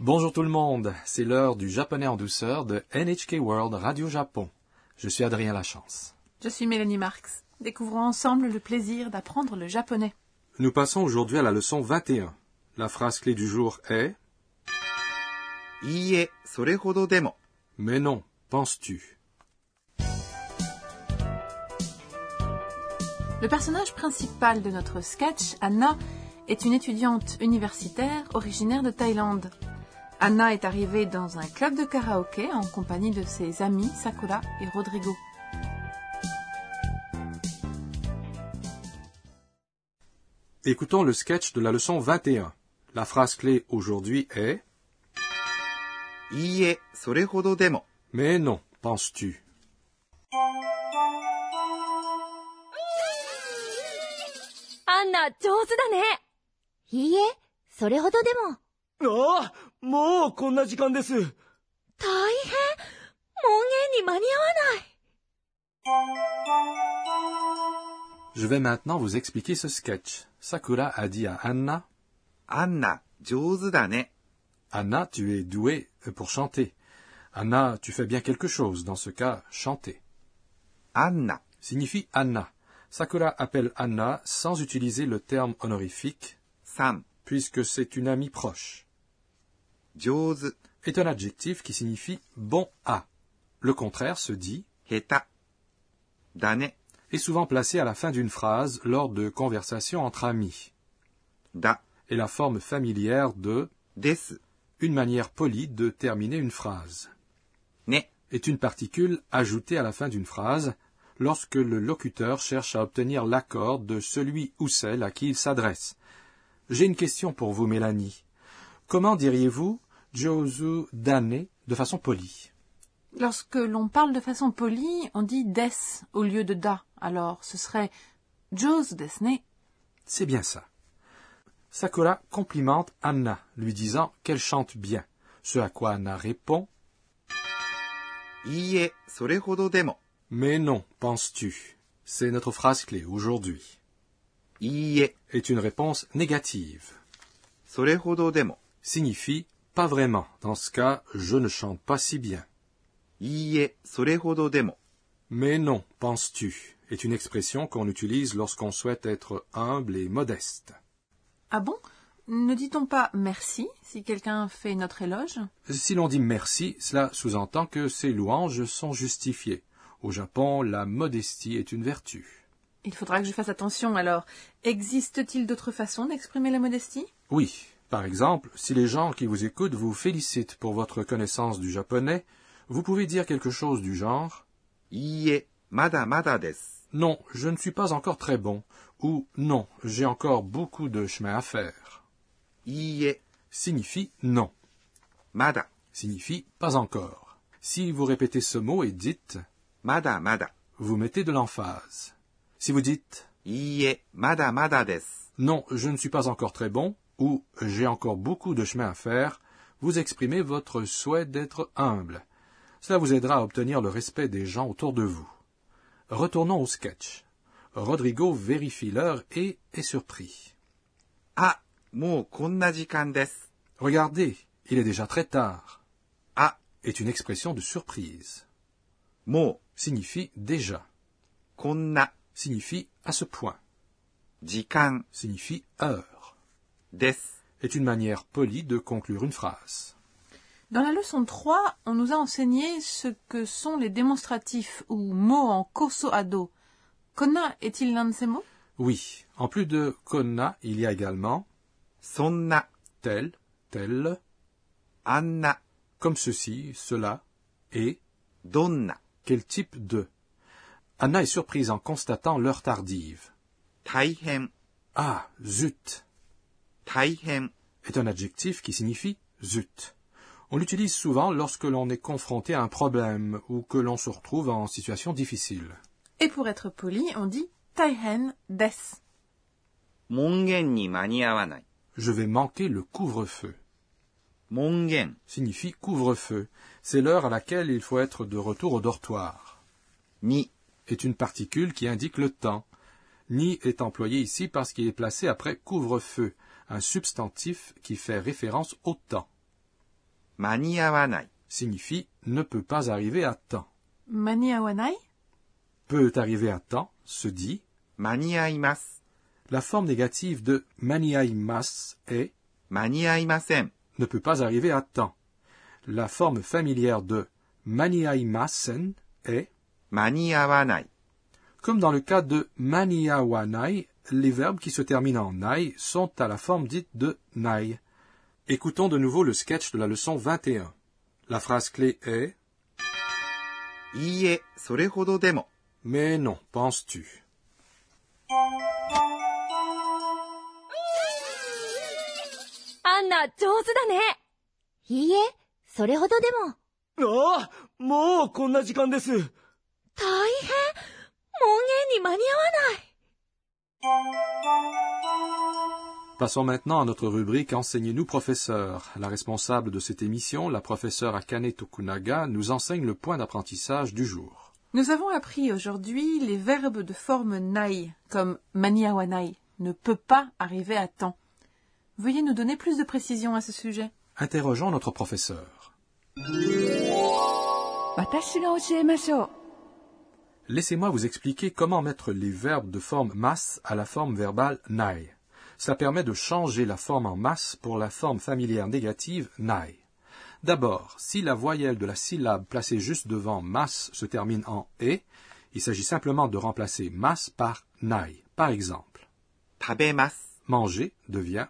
Bonjour tout le monde, c'est l'heure du japonais en douceur de NHK World Radio Japon. Je suis Adrien Lachance. Je suis Mélanie Marx. Découvrons ensemble le plaisir d'apprendre le japonais. Nous passons aujourd'hui à la leçon 21. La phrase clé du jour est いいえ、それほどでも。 Mais non, penses-tu Le personnage principal de notre sketch, Anna, est une étudiante universitaire originaire de Thaïlande. Anna est arrivée dans un club de karaoké en compagnie de ses amis Sakura et Rodrigo. Écoutons le sketch de la leçon 21. La phrase clé aujourd'hui est いいえ、それほどでも。 Mais non, penses-tu 「アンナ、上手だねいいえ、それほどでも。ああ、もうこんな時間です。大変門限に間に合わない」 Je vais maintenant vous expliquer ce sketch. Sakura a dit à Anna アンナ、上手だね。 Anna, tu es douée pour chanter. Anna, tu fais bien quelque chose. Dans ce cas, chanter アンナ、 signifie Anna. Sakura appelle Anna sans utiliser le terme honorifique さん、 puisque c'est une amie proche. 上手、 Est un adjectif qui signifie bon à. Le contraire se dit 下手。だね、 est souvent placé à la fin d'une phrase lors de conversations entre amis. だ、 Est la forme familière de です、 une manière polie de terminer une phrase. ね。 est une particule ajoutée à la fin d'une phrase lorsque le locuteur cherche à obtenir l'accord de celui ou celle à qui il s'adresse. J'ai une question pour vous, Mélanie. Comment diriez-vous Jozu Dane de façon polie Lorsque l'on parle de façon polie, on dit des au lieu de da. Alors ce serait Joe's desne. C'est bien ça. Sakura complimente Anna, lui disant qu'elle chante bien. Ce à quoi Anna répond いいえ、それほどでも。 Mais non, penses-tu C'est notre phrase clé aujourd'hui. いいえ、 Est une réponse négative. それほどでも。 signifie pas vraiment. Dans ce cas, je ne chante pas si bien. いいえ、それほどでも。 Mais non, penses-tu est une expression qu'on utilise lorsqu'on souhaite être humble et modeste. Ah bon Ne dit-on pas merci si quelqu'un fait notre éloge Si l'on dit merci, cela sous-entend que ces louanges sont justifiées. Au Japon, la modestie est une vertu. Il faudra que je fasse attention alors. Existe-t-il d'autres façons d'exprimer la modestie Oui, par exemple, si les gens qui vous écoutent vous félicitent pour votre connaissance du japonais, vous pouvez dire quelque chose du genre いいえ、まだまだです。 Non, je ne suis pas encore très bon, ou non, j'ai encore beaucoup de chemin à faire. いいえ、 Signifie non, まだ、 signifie pas encore. Si vous répétez ce mot et dites, まだまだ。 vous mettez de l'emphase. Si vous dites いいえ、まだまだです。 non, je ne suis pas encore très bon, ou j'ai encore beaucoup de chemin à faire, vous exprimez votre souhait d'être humble. Cela vous aidera à obtenir le respect des gens autour de vous. Retournons au sketch. Rodrigo vérifie l'heure et est surpris. あ、もうこんな時間です。 Regardez, il est déjà très tard. あ、 Est une expression de surprise. もう、 Signifie déjà. こんな、 Signifie à ce point. 時間、 Signifie heure. です。 Est une manière polie de conclure une phrase. Dans la leçon 3, on nous a enseigné ce que sont les démonstratifs ou mots en koso ado. Kona est-il l'un de ces mots Oui, en plus de konna, il y a également そんな、 tel, tel, あんな、 comme ceci, cela, et どんな、 quel type de. Anna est surprise en constatant l'heure tardive. 大変、 Ah, zut. 大変、 est un adjectif qui signifie zut. On l'utilise souvent lorsque l'on est confronté à un problème ou que l'on se retrouve en situation difficile. Et pour être poli, on dit taihen des. 門限に間に合わない。 Je vais manquer le couvre-feu 門限、 signifie couvre-feu. C'est l'heure à laquelle il faut être de retour au dortoir. に、 Est une particule qui indique le temps. Ni est employé ici parce qu'il est placé après couvre-feu, un substantif qui fait référence au temps. 間に合わない、 signifie ne peut pas arriver à temps. Maniawanai Peut arriver à temps se dit 間に合います、 la forme négative de maniaimas est 間に合いません、 ne peut pas arriver à temps. La forme familière de maniaimasen est 間に合わない、 Comme dans le cas de maniawanai, les verbes qui se terminent en nai sont à la forme dite de nai. Écoutons de nouveau le sketch de la leçon 21. La phrase clé est いいえ、それほどでも、 Mais non, penses-tu アンナ、上手だね。いいえ、それほどでも。ああ、もうこんな時間です。大変。門限に間に合わない。 Passons maintenant à notre rubrique Enseignez-nous professeur. La responsable de cette émission, la professeure Akane Tokunaga, nous enseigne le point d'apprentissage du jour. Nous avons appris aujourd'hui les verbes de forme nai, comme maniawanai, ne peut pas arriver à temps. Veuillez nous donner plus de précisions à ce sujet. Interrogeons notre professeur. Laissez-moi vous expliquer comment mettre les verbes de forme masse à la forme verbale nai. Cela permet de changer la forme en masse pour la forme familière négative nai. D'abord, si la voyelle de la syllabe placée juste devant masse se termine en e, il s'agit simplement de remplacer masse par nai. Par exemple, 食べます、 manger devient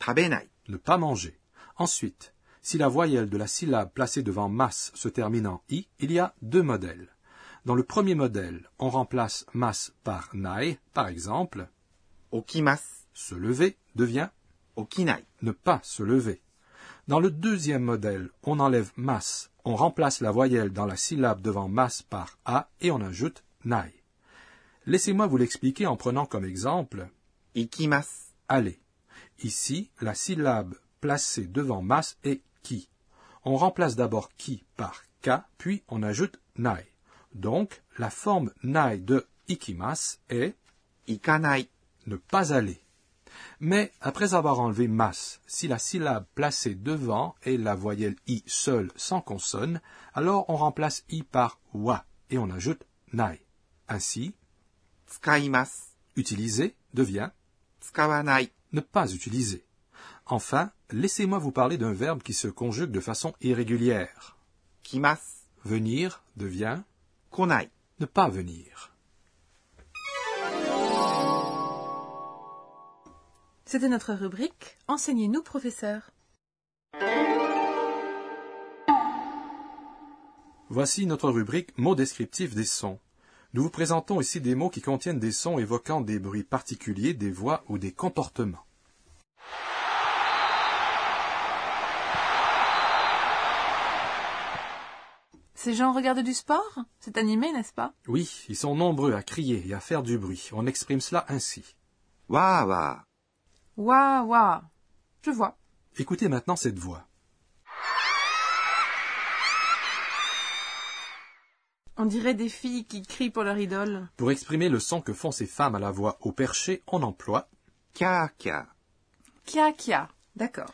食べない、 ne pas manger. Ensuite, si la voyelle de la syllabe placée devant masse se termine en i, il y a deux modèles. Dans le premier modèle, on remplace masse par nai, par exemple, 起きます、 se lever devient 起きない、 ne pas se lever. Dans le deuxième modèle, on enlève masse, on remplace la voyelle dans la syllabe devant masse par a et on ajoute nai. Laissez-moi vous l'expliquer en prenant comme exemple 行きます、 aller. Ici, la syllabe placée devant mas est qui. On remplace d'abord qui par ka, puis on ajoute nai. Donc, la forme nai de ikimas est 行かない、 ne pas aller. Mais après avoir enlevé mas, si la syllabe placée devant est la voyelle i seule sans consonne, alors on remplace i par wa et on ajoute nai. Ainsi, 使います、 utiliser devient 使わない、 ne pas utiliser. Enfin, laissez-moi vous parler d'un verbe qui se conjugue de façon irrégulière. 来ます、 Venir devient 来ない、 ne pas venir. C'était notre rubrique Enseignez-nous, professeur. Voici notre rubrique mots descriptifs des sons. Nous vous présentons ici des mots qui contiennent des sons évoquant des bruits particuliers, des voix ou des comportements. Ces gens regardent du sport C'est animé, n'est-ce pas Oui, ils sont nombreux à crier et à faire du bruit. On exprime cela ainsi. わーわ Ouah, ouah. Je vois. Écoutez maintenant cette voix. On dirait des filles qui crient pour leur idole. Pour exprimer le son que font ces femmes à la voix au perché, on emploie ー、キャーキャー、 Kia, kia. D'accord.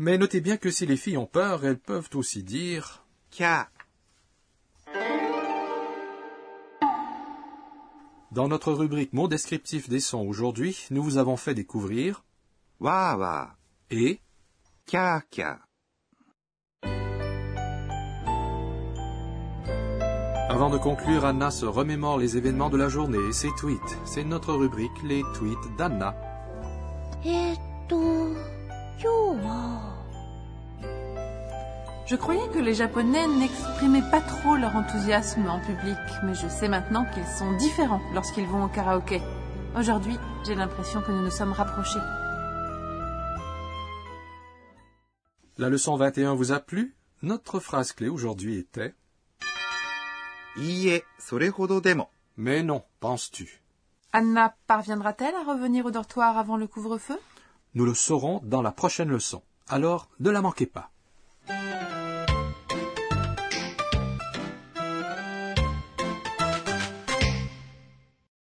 Mais notez bien que si les filles ont peur, elles peuvent aussi dire キャー、 Dans notre rubrique mots descriptifs des sons aujourd'hui, nous vous avons fait découvrir わーわ et ー、キャーキャー、 avant de conclure, Anna se remémore les événements de la journée et ses tweets. C'est notre rubrique les tweets d'Anna. えーっと、今日は、 Je croyais que les Japonais n'exprimaient pas trop leur enthousiasme en public, mais je sais maintenant qu'ils sont différents lorsqu'ils vont au karaoké. Aujourd'hui, j'ai l'impression que nous nous sommes rapprochés. La leçon 21 vous a plu Notre phrase clé aujourd'hui était いいえ、それほどでも、 Mais non, penses-tu Anna parviendra-t-elle à revenir au dortoir avant le couvre-feu Nous le saurons dans la prochaine leçon. Alors, ne la manquez pas.